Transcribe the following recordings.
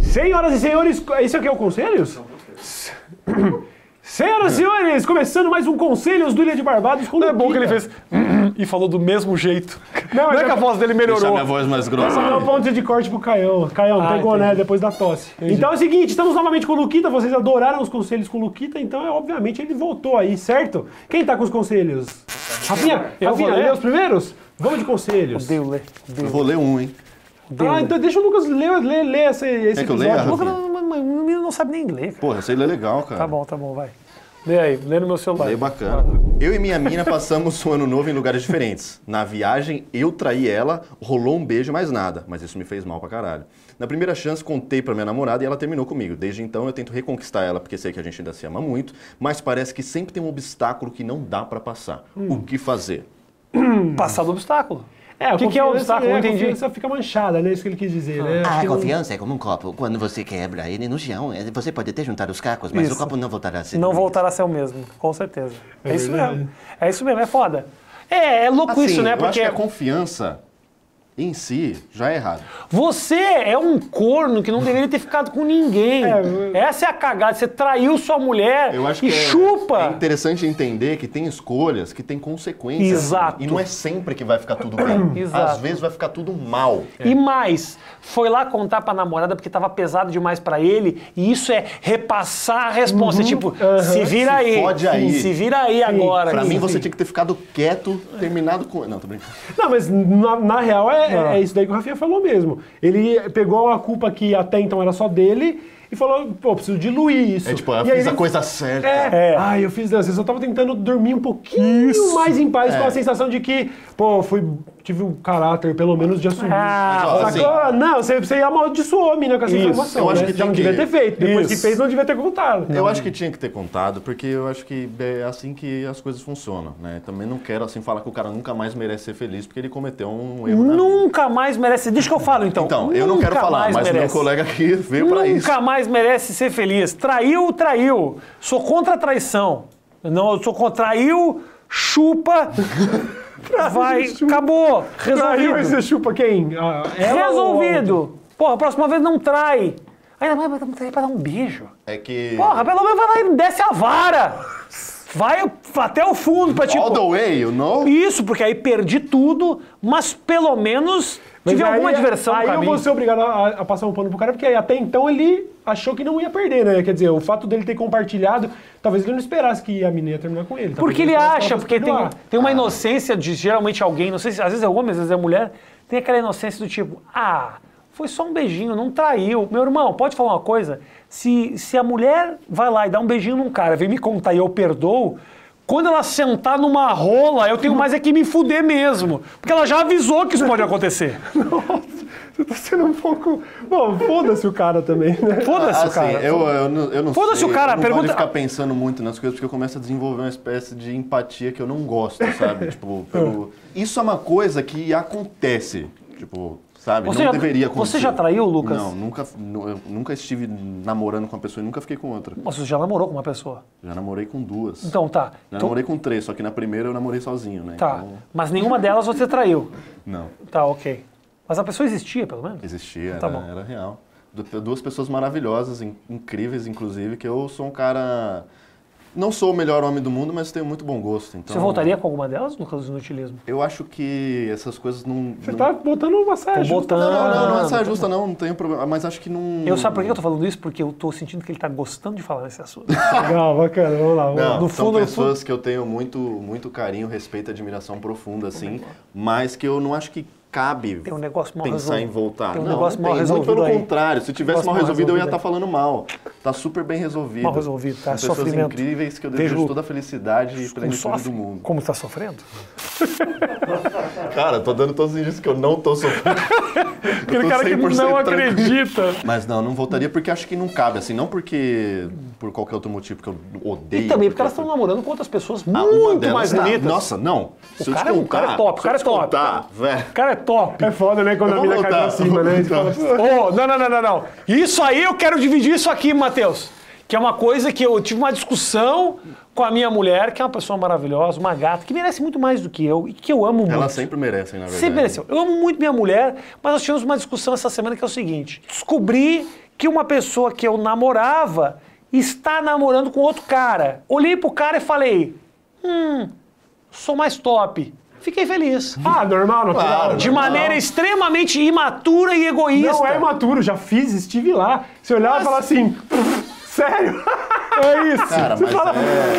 Senhoras e senhores, isso aqui é o Conselhos? Senhoras e senhores, começando mais um Conselhos do Ilha de Barbados com É bom que ele Luquinha. fez e falou do mesmo jeito. Não, Não, mas é que é- a voz dele Deixar minha melhorou. voz mais Esse é grossa. o ponto de corte pro Caião. Caião, Ah, pegou, entendi. né? Depois da tosse. Então é o seguinte, estamos novamente com o Luquita. Vocês adoraram os conselhos com o Luquita, então é obviamente ele voltou aí, certo? Quem tá com os conselhos? Rafinha, Eu Rafinha, vou ler. lê os primeiros? Vamos de conselhos. Deu, né? Eu Vou ler um, hein? Ah, então deixa o Lucas ler, ler, ler esse, esse que eu episódio. leia? O menino não sabe nem ler, cara. Porra, essa ilha é legal, cara. Tá bom, tá bom, vai. Lê aí, lê no meu celular. Aí bacana. Eu e minha mina passamos o ano novo em lugares diferentes. Na viagem, eu traí ela, rolou um beijo mais nada, mas isso me fez mal pra caralho. Na primeira chance, contei pra minha namorada e ela terminou comigo. Desde então, eu tento reconquistar ela porque sei que a gente ainda se ama muito, mas parece que sempre tem um obstáculo que não dá pra passar. Hum. O que fazer? Passar do obstáculo. É, a Que que é o confiança- obstáculo? Não a entendi. confiança fica manchada, né? Isso que ele quis dizer, né? Acho Ah, que a não- confiança é como um copo. Quando você quebra ele no chão, eh, você pode até juntar os cacos, mas Isso. o copo não voltará a ser. Não do mesmo. voltará a ser o mesmo, com certeza. É, isso verdade. mesmo. É isso mesmo, é foda. É, é louco isso, né? Assim, eu acho Porque que a confiança em si já é errada. você é um corno que não deveria ter ficado com ninguém. É, Essa é a cagada. Você traiu sua mulher Eu acho e que é- É, chupa. interessante entender que tem escolhas que tem consequências. Exato. E não é sempre que vai ficar tudo bem. Exato. Às vezes vai ficar tudo mal. E mais, foi lá contar pra namorada porque tava pesado demais pra ele, e isso é repassar a resposta. Tipo, se vira Se aí. fode aí. Se vira aí agora. Pra Sim, mim, você sim. tinha que ter ficado quieto, terminado com. Não, tô brincando. Não, mas na, na real é, é- Ah. é isso daí que o Rafinha falou mesmo. Ele pegou a culpa que até então era só dele e falou, pô, preciso diluir isso. É tipo, eu E aí fiz a ele- coisa certa. É. É. Ai, eu fiz dança. Eu só tava tentando dormir um pouquinho mais em É. paz com a sensação de que, pô, fui, tive um caráter, pelo menos, de assumir. Ah, Mas, ó, assim, Sacou? não, você, você amaldiçoou a mina com essa Isso. informação. Eu acho né? que Já tem não que- devia ter feito. Depois Isso. que fez, não devia ter contado. Eu acho que tinha que ter contado, porque eu acho que é assim que as coisas funcionam, né? Também não quero assim falar que o cara nunca mais merece ser feliz porque ele cometeu um erro. na vida. Nunca mais merece. Deixa que eu falo então. Então, eu não quero Nunca falar, mais mas meu merece. colega aqui veio pra isso. Nunca mais merece ser feliz. Traiu, traiu. Sou contra a traição. Não, eu sou contra. Traiu, chupa. vai, acabou. é Aí Resolvido. você chupa quem? Ah, ela ou- Resolvido. Porra, a próxima vez não trai. Ainda mais vai trair pra dar um beijo. É que. Porra, pelo menos vai lá e desce a vara. Vai até o fundo pra All the tipo. way, you know? Isso, porque aí perdi tudo, mas pelo menos Mas tive aí- é- alguma diversão Aí pra eu mim. vou ser obrigado a, a passar um pano pro cara, porque aí até então ele achou que não ia perder, né? Quer dizer, o fato dele ter compartilhado, talvez ele não esperasse que a mina ia terminar com ele. Tá assim, Talvez Porque ele esperasse acha, ela porque tem, continuar. tem Ah. uma inocência de geralmente alguém, não sei se às vezes é homem, às vezes é mulher, tem aquela inocência do tipo, ah, foi só um beijinho, não traiu. Meu irmão, pode falar uma coisa? Se, se a mulher vai lá e dá um beijinho num cara, vem me contar e eu perdoo, quando ela sentar numa rola, eu tenho mais é que me fuder mesmo. Porque ela já avisou que isso pode acontecer. Nossa, você tá sendo um pouco. Bom, foda-se o cara também, né? Foda-se, o Assim, cara. eu, eu não- eu não Foda-se sei, o cara, eu não pergunta- gosto de ficar pensando muito nas coisas, porque eu começo a desenvolver uma espécie de empatia que eu não gosto, sabe? tipo, pelo- Isso é uma coisa que acontece, tipo, sabe? Você não já- deveria você acontecer. já traiu, Lucas? Não, nunca, nu- eu nunca estive namorando com uma pessoa e nunca fiquei com outra. Nossa, você já namorou com uma pessoa. Já namorei com duas. Então tá. já Então, namorei com três, só que na primeira eu namorei sozinho, né? tá. Então, Mas nenhuma delas você traiu. não, Tá, ok. Mas a pessoa existia, pelo menos? existia, Tá era, bom. era real. Du- Duas pessoas maravilhosas, in- incríveis, inclusive, que eu sou um cara... Não sou o melhor homem do mundo, mas tenho muito bom gosto. Então, Você voltaria com alguma delas no caso do inutilismo? Eu acho que essas coisas não. Você não... tá botando uma saia. Tô justa. botando. Não, não, não, não é Ah, saia justa, não, não tenho problema. Mas acho que não. Eu sabe por que eu tô falando isso? Porque eu tô sentindo que ele tá gostando de falar nesse assunto. Tá Legal, bacana, vamos lá. Vamos lá. Não, No são fundo, no pessoas que eu tenho muito, muito carinho, respeito e admiração profunda, assim, mas que eu não acho que cabe Tem um negócio mal pensar em resolvido. voltar. Tem um não, negócio não mal tem. Muito resolvido pelo aí. Um contrário, se tivesse Negócio mal mal resolvido, eu ia estar resolvido falando mal. Tá super bem resolvido. Mal resolvido, tá? São pessoas Sofrimento. incríveis que eu Vejo desejo toda a felicidade e plenitude do mundo. Como tá sofrendo? Cara, tô dando todos os indícios que eu não tô sofrendo. Aquele cara que não acredita. Mas não, não voltaria porque acho que não cabe, assim, não porque por qualquer outro motivo que eu odeio. é E também porque elas estão namorando com outras pessoas Ah, uma muito delas mais tá- bonitas. Nossa, não. O cara, é um- o cara é top, o cara é top. Tá, velho. O cara é top. É foda, né? Quando Eu a vou mina cai pra voltar, eu cima, vou né? Ele fala, voltar. "Pô, Oh, não, não, não, não, não. Isso aí eu quero dividir isso aqui, Matheus. Que é uma coisa que eu tive uma discussão com a minha mulher, que é uma pessoa maravilhosa, uma gata, que merece muito mais do que eu e que eu amo muito. Elas sempre merecem, na verdade. Sempre mereceu. Eu amo muito minha mulher, mas nós tivemos uma discussão essa semana que é o seguinte: é descobri que uma pessoa que eu namorava está namorando com outro cara. Olhei pro cara e falei: hum, sou mais top. Fiquei feliz. Ah, normal, natural. Claro, De não. maneira extremamente imatura e egoísta. Não é maturo, já fiz, estive lá. Você olhava e falava assim, sério? É isso. Cara, você mas fala,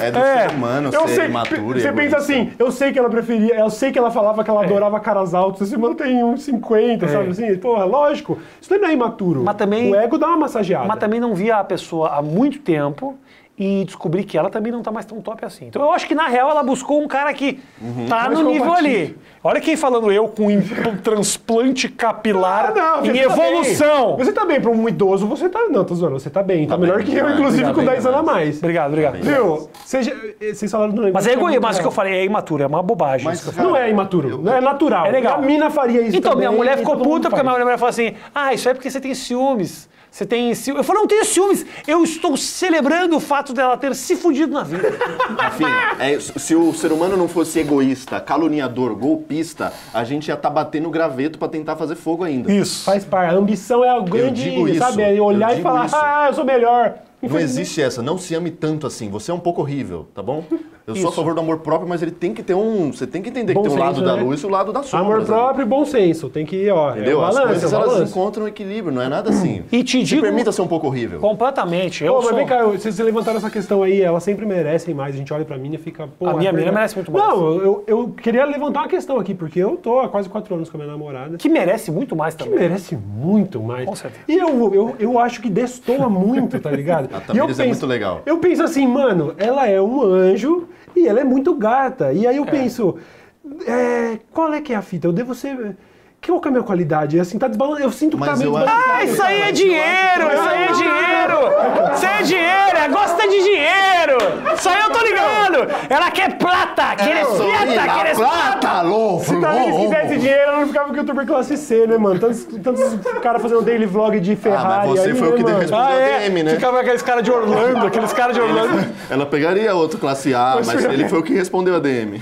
é- é do ser humano eu ser sei, imaturo e Você pensa egoísta. assim, eu sei que ela preferia, eu sei que ela falava que ela É. adorava caras altos, você mantém uns 50, sabe assim? Porra, lógico. Isso não é imaturo. Mas também- O ego dá uma massageada. Mas também não via a pessoa há muito tempo e descobri que ela também não tá mais tão top assim. Então eu acho que, na real, ela buscou um cara que tá Mais no nível compatível. ali. Olha quem falando eu com im- um transplante capilar Ah, não, em você tá evolução. bem. Você tá bem, pra um idoso, você tá. Não, tô zoando, você tá bem. Tá, Tá melhor bem, que tá eu, bem, inclusive, tá com bem, 10 tá anos a bem. mais. Obrigado, obrigado. bem. Viu? Seja- Vocês falaram do negócio. Mas é egoísta, mas o que eu falei. falei é imaturo, é uma bobagem. Mas, isso que eu cara, Não é imaturo, não é natural. É legal. A mina faria isso Então, também, minha mulher e ficou todo mundo puta porque faz. minha mulher falou assim: ah, isso é porque você tem ciúmes. Você tem ciúmes. Eu falei, não tenho ciúmes. Eu estou celebrando o fato dela ter se fudido na vida. Enfim, é, se o ser humano não fosse egoísta, caluniador, golpista, a gente ia estar batendo graveto pra tentar fazer fogo ainda. Isso. Faz parte. A ambição é o grande, digo isso, sabe? É olhar eu e digo falar, isso. ah, eu sou melhor. Não Infelizmente, existe essa, não se ame tanto assim. Você é um pouco horrível, tá bom? Eu sou a favor do amor próprio, mas ele tem que ter um. Você tem que entender Bom que tem um lado senso, da né? luz e o lado da sombra. Amor próprio e bom senso. Tem que, ó, Entendeu? é um As balanço, coisas é um elas balanço. encontram um equilíbrio, não é nada assim. E te Se digo- permita ser um pouco horrível. Completamente. Eu Pô, sou... mas vem cá, eu- vocês levantaram essa questão aí, elas sempre merecem mais. A gente olha pra mina e fica, pô... A minha é mina verdade. merece muito mais. Não, eu, eu queria levantar uma questão aqui, porque eu tô há quase quatro anos com a minha namorada. Que merece muito mais que também. merece muito mais. Com certeza. E eu, eu, eu acho que destoa muito, tá ligado? A e eu Tamires é muito legal. Eu penso assim, mano, ela é um anjo e ela é muito gata. E aí eu penso, é, qual é que é a fita? Eu devo ser... Qual que é a minha qualidade? Assim, tá desbalan... Eu sinto que tá Mas meio eu acho- desbalanceado. Ah, isso aí é dinheiro! Isso aí é dinheiro! Isso aí é dinheiro! Ela gosta de dinheiro! Isso aí eu tô ligado! Ela quer plata! Quer É, plata! Quer plata! Ah, tá louco! Se Thalys quisesse dinhero, ela não ficava com o youtuber classe C, né, mano? Tantos, tantos caras fazendo daily vlog de Ferrari. Ah, você aí, foi o né, que deu mano? resposta. Ah, é? DM, né? Ficava aqueles caras de Orlando, aqueles caras de Orlando. Ela pegaria outro classe A, mas é. ele foi o que respondeu a DM.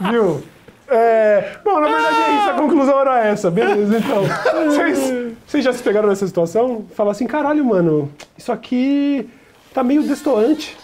Viu? É, bom, na verdade é isso, a conclusão era essa, beleza, então. Vocês, vocês já se pegaram nessa situação? Falar assim, caralho, mano, isso aqui tá meio destoante.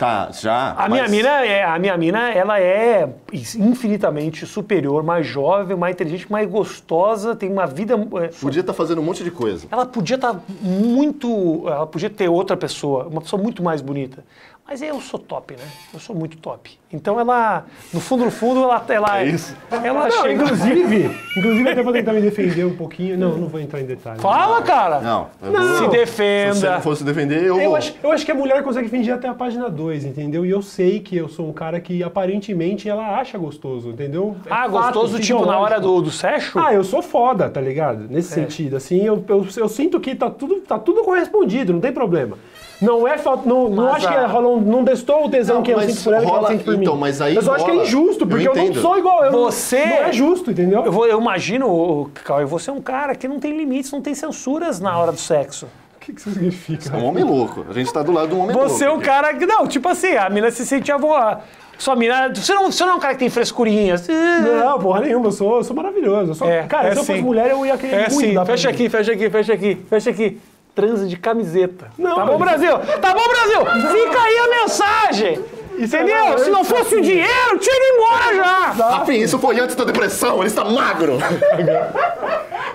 Tá, já. A minha mina é, a minha mina, ela é infinitamente superior, mais jovem, mais inteligente, mais gostosa, tem uma vida é, Podia estar fazendo um monte de coisa. Ela podia estar muito. Ela podia ter outra pessoa, uma pessoa muito mais bonita. Mas eu sou top, né? Eu sou muito top. Então ela, no fundo, no fundo, ela. ela É isso. Ela Não, chega. inclusive, inclusive até vou tentar me defender um pouquinho. Não, não vou entrar em detalhes. Fala, cara! Não. eu Não. Se vou- Se você defenda. não fosse defender, eu. Eu acho, eu acho que a mulher consegue fingir até a página 2, entendeu? E eu sei que eu sou um cara que aparentemente ela acha gostoso, entendeu? É Ah, fato, gostoso, tipo, na fisiológico. hora do, do sexo? Ah, eu sou foda, tá ligado? Nesse sentido, assim, eu, eu, eu sinto que tá tudo, tá tudo correspondido, não tem problema. Não é falta. Não, não Mas acho a- que rola um, não destou o tesão Não, que eu mas sinto por ela e que ela rola- sente por mim. então, mas aí eu só acho que é rola. injusto, Eu porque eu, não entendo. sou igual. Eu não- Você- Não é justo, entendeu? Eu, vou, eu imagino, ô, Cauê, você é um cara que não tem limites, não tem censuras na hora do sexo. O que, que isso significa? É um homem louco. A gente tá do lado de um homem louco. Você é um aqui. cara que. Não, tipo assim, a mina se sentia voar. Sua mina. Você não, você não é um cara que tem frescurinhas. Não, porra nenhuma, eu sou, eu sou maravilhoso. Eu sou- É, cara, é se eu fosse sim. mulher, eu ia querer É muito assim, dar pra fecha mim. aqui, fecha aqui, fecha aqui, fecha aqui. Transa de camiseta. Não, tá bom, mas- Brasil? Tá bom, Brasil? Fica aí a mensagem! Isso é assim. entendeu? uma- Se não fosse o dinheiro, tinha ido embora já! Afim, isso foi antes da depressão, ele está magro!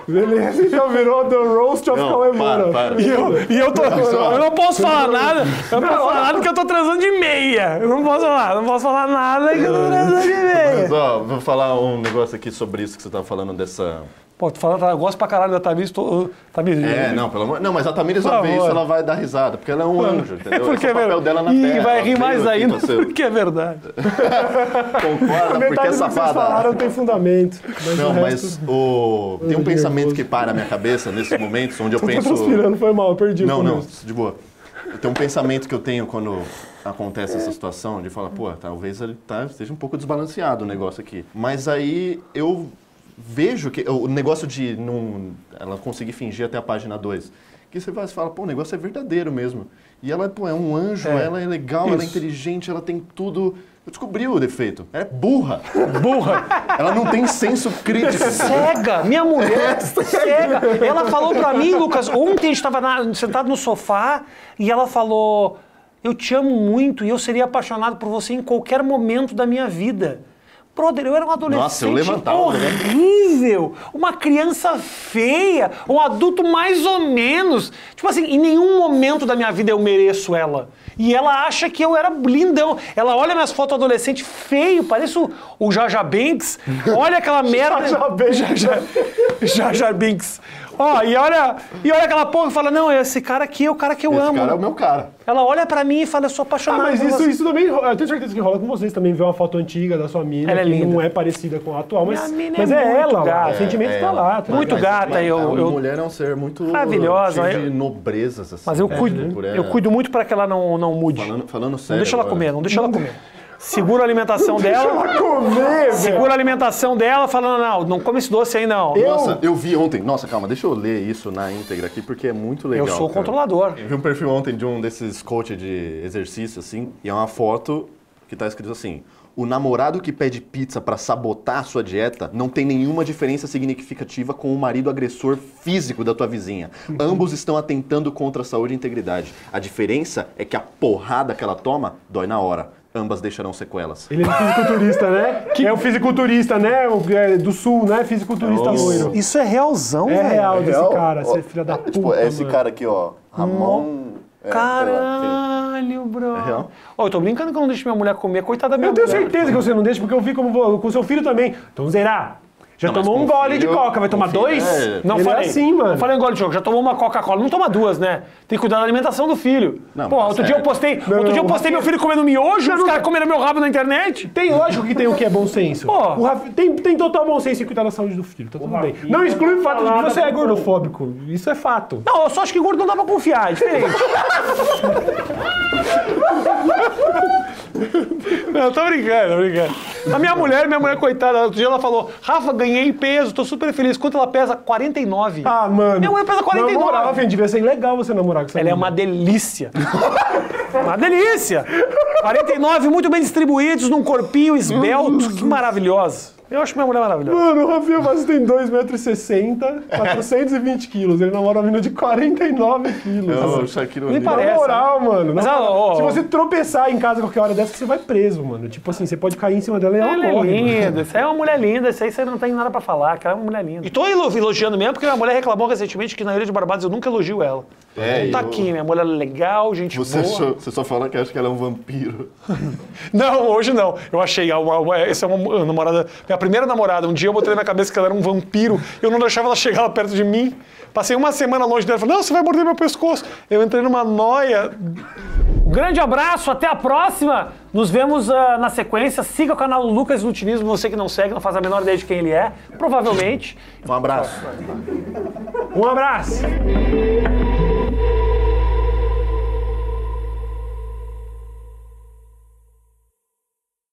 Beleza, então virou The Roast of Não, Cauê para, Moura. para. E eu, e eu tô. Eu não posso falar nada, eu não posso falar nada porque eu tô transando de meia. Eu não posso falar, não posso falar nada que eu tô transando de meia. Mas ó, vou falar um negócio aqui sobre isso que você tava falando dessa. Pô, tu fala, eu gosto pra caralho da Tamiris, tô. Tamiris. né? É, não, pelo amor. Não, mas a Tamires Por vai ver isso, favor. ela vai dar risada, porque ela é um anjo, entendeu? É porque Esse é o verdade. papel dela na Ih, terra. vai ela rir veio mais aqui ainda, pra ser- porque é verdade. Concorda, porque Metade do é que vocês safada. falaram tem fundamento. Mas Não, o resto- mas o... tem um pensamento que para a minha cabeça nesses momentos onde eu Tô penso. transpirando, foi mal, eu Tipo perdi o Não, não, começo. de boa. Tem um pensamento que eu tenho quando acontece essa situação de falar, pô, talvez ele tá, esteja um pouco desbalanceado o negócio aqui. Mas aí eu vejo que o negócio de não, ela conseguir fingir até a página 2, que você vai e fala, pô, o negócio é verdadeiro mesmo. E é ela, pô, é um anjo, ela é legal, ela é inteligente, ela tem tudo Eu descobri o defeito. Ela é burra. Burra! Ela não tem senso crítico. Cega! Minha É, mulher cega! Ela falou pra mim, Lucas, ontem a gente tava na- sentado no sofá e ela falou: Eu te amo muito e eu seria apaixonado por você em qualquer momento da minha vida. Brother, eu era um adolescente Nossa, eu levantava, né? horrível, uma criança feia, um adulto mais ou menos. Tipo assim, em nenhum momento da minha vida eu mereço ela. E ela acha que eu era blindão. Ela olha minhas fotos adolescente feio, pareço o Jaja Binks. Olha aquela merda. Jaja Binks. Jaja, Jaja Binks. Ó, e olha, e olha aquela porra e fala: "Não, esse cara aqui é o cara que eu Esse amo". cara é o meu cara. Ela olha pra mim e fala: "Eu sou Ah, apaixonado mas por isso, você". é isso também, ro- eu tenho certeza que rola com vocês também, ver uma foto antiga da sua mina, Ela é que linda. não é parecida com a atual, mas, Minha mina é mas é, muito ela, lá, gata. o sentimento É, tá lá. tá Muito ligado? gata, eu- A eu- mulher é um ser muito Maravilhosa, cheio eu- de nobrezas, assim. Mas eu né? cuido, Por ela. eu cuido muito pra que ela não não mude. Falando, falando Não sério deixa ela agora. comer, não deixa ela comer. Segura a alimentação dela. Ela comer, velho. Segura a alimentação dela, falando, não, não come esse doce aí, não. Eu, Nossa, eu vi ontem. Nossa, calma, deixa eu ler isso na íntegra aqui, porque é muito legal. sou o cara. controlador. Eu vi um perfil ontem de um desses coach de exercício, assim, e é uma foto que tá escrito assim: O namorado que pede pizza pra sabotar a sua dieta não tem nenhuma diferença significativa com o marido agressor físico da tua vizinha. Ambos estão atentando contra a saúde e integridade. A diferença é que a porrada que ela toma dói na hora. Ambas deixarão sequelas. Ele é um fisiculturista, né? É o fisiculturista, né? O- é, do sul, né? Fisiculturista Isso. loiro. Isso é realzão, É velho. real desse Real? cara, Ó, você é filha da é, puta. Tipo, é esse mano. Hum. cara aqui, ó. Ramon. é, sei lá, Caralho, bro. É real? Ó, eu tô brincando que eu não deixo minha mulher comer, coitada da minha Eu é tenho mulher. certeza que você não deixa, porque eu vi como vo- com seu filho também. Então zerar. Já Não, mas tomou um com gole de filho- coca, vai com tomar filho, dois? é. Não Ele é falei. assim, mano. Não falei um gole de jogo, já tomou uma Coca-Cola. Não toma duas, né? Tem que cuidar da alimentação do filho. Não, Pô, tá outro certo. dia eu postei, outro não, dia eu o postei meu filho comendo miojo, os caras comendo meu rabo na internet. Tem lógico que tem o que é bom senso. Pô. O Rafi- tem, tem total bom senso em cuidar da saúde do filho, tá tudo bem. Rafinha Não exclui o fato de que falava você é com- gordofóbico. Isso é fato. Não, eu só acho que gordo não dá pra confiar, é diferente. Não, tô brincando, tô brincando. A minha mulher, minha mulher, coitada, outro dia ela falou: Rafa, ganhei peso, tô super feliz. Quanto ela pesa? 49. Ah, mano. Minha é mulher pesa 49. Namorar, Rafinha, devia ser legal você namorar com essa Ela é uma delícia. uma delícia! 49, muito bem distribuídos, num corpinho esbelto, que maravilhosa. Eu acho minha mulher maravilhosa. Mano, o Rafinha Bastos tem 2,60m, 420 quilos. Ele namora uma mina de 49 quilos. Não, o Shaquille Nem O'Neal. parece. Na moral, mano. Mas, na moral, ó, ó, se ó. você tropeçar em casa qualquer hora dessa, você vai preso, mano. Tipo assim, você pode cair em cima dela e ela, Ela é morre. mano. linda, isso aí é uma mulher linda, isso aí você não tem nada pra falar, que ela é uma mulher linda. E tô elo- elogiando mesmo, porque minha mulher reclamou recentemente que na Ilha de Barbados eu nunca elogio ela. É, tá eu- aqui, minha mulher é legal, gente Você, boa. só, você só fala que acha que ela é um vampiro. Não, hoje não. Eu achei, uma, uma- essa é uma namorada, minha primeira namorada. Um dia eu botei na minha cabeça que ela era um vampiro, eu não deixava ela chegar lá perto de mim. Passei uma semana longe dela, falei, não, você vai morder meu pescoço. Eu entrei numa noia. Um Grande abraço, até a próxima. Nos vemos ah, na sequência. Siga o canal Lucas Lutinismo, você que não segue, não faz a menor ideia de quem ele é, provavelmente. Um abraço. Um abraço.